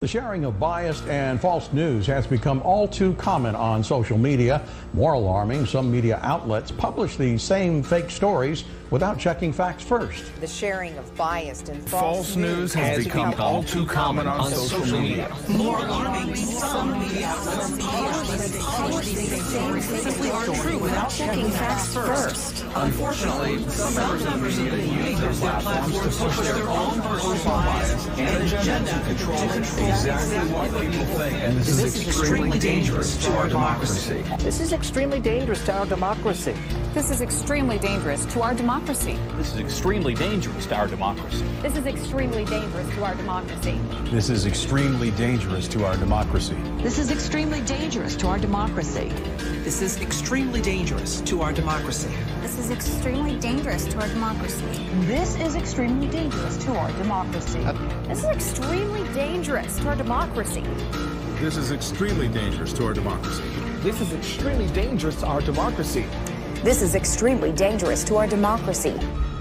The sharing of biased and false news has become all too common on social media. More alarming, some media outlets publish these same fake stories without checking facts first. The sharing of biased and false, False news has become all too common on social media. This is extremely dangerous to our democracy. This is extremely dangerous to our democracy. This is extremely dangerous to our democracy. This is extremely dangerous to our democracy. This is extremely dangerous to our democracy. This is extremely dangerous to our democracy. This is extremely dangerous to our democracy. This is extremely dangerous to our democracy. This is extremely dangerous to our democracy. This is extremely dangerous to our democracy. This is extremely dangerous to our democracy. This is extremely dangerous to our democracy. This is extremely dangerous to our democracy.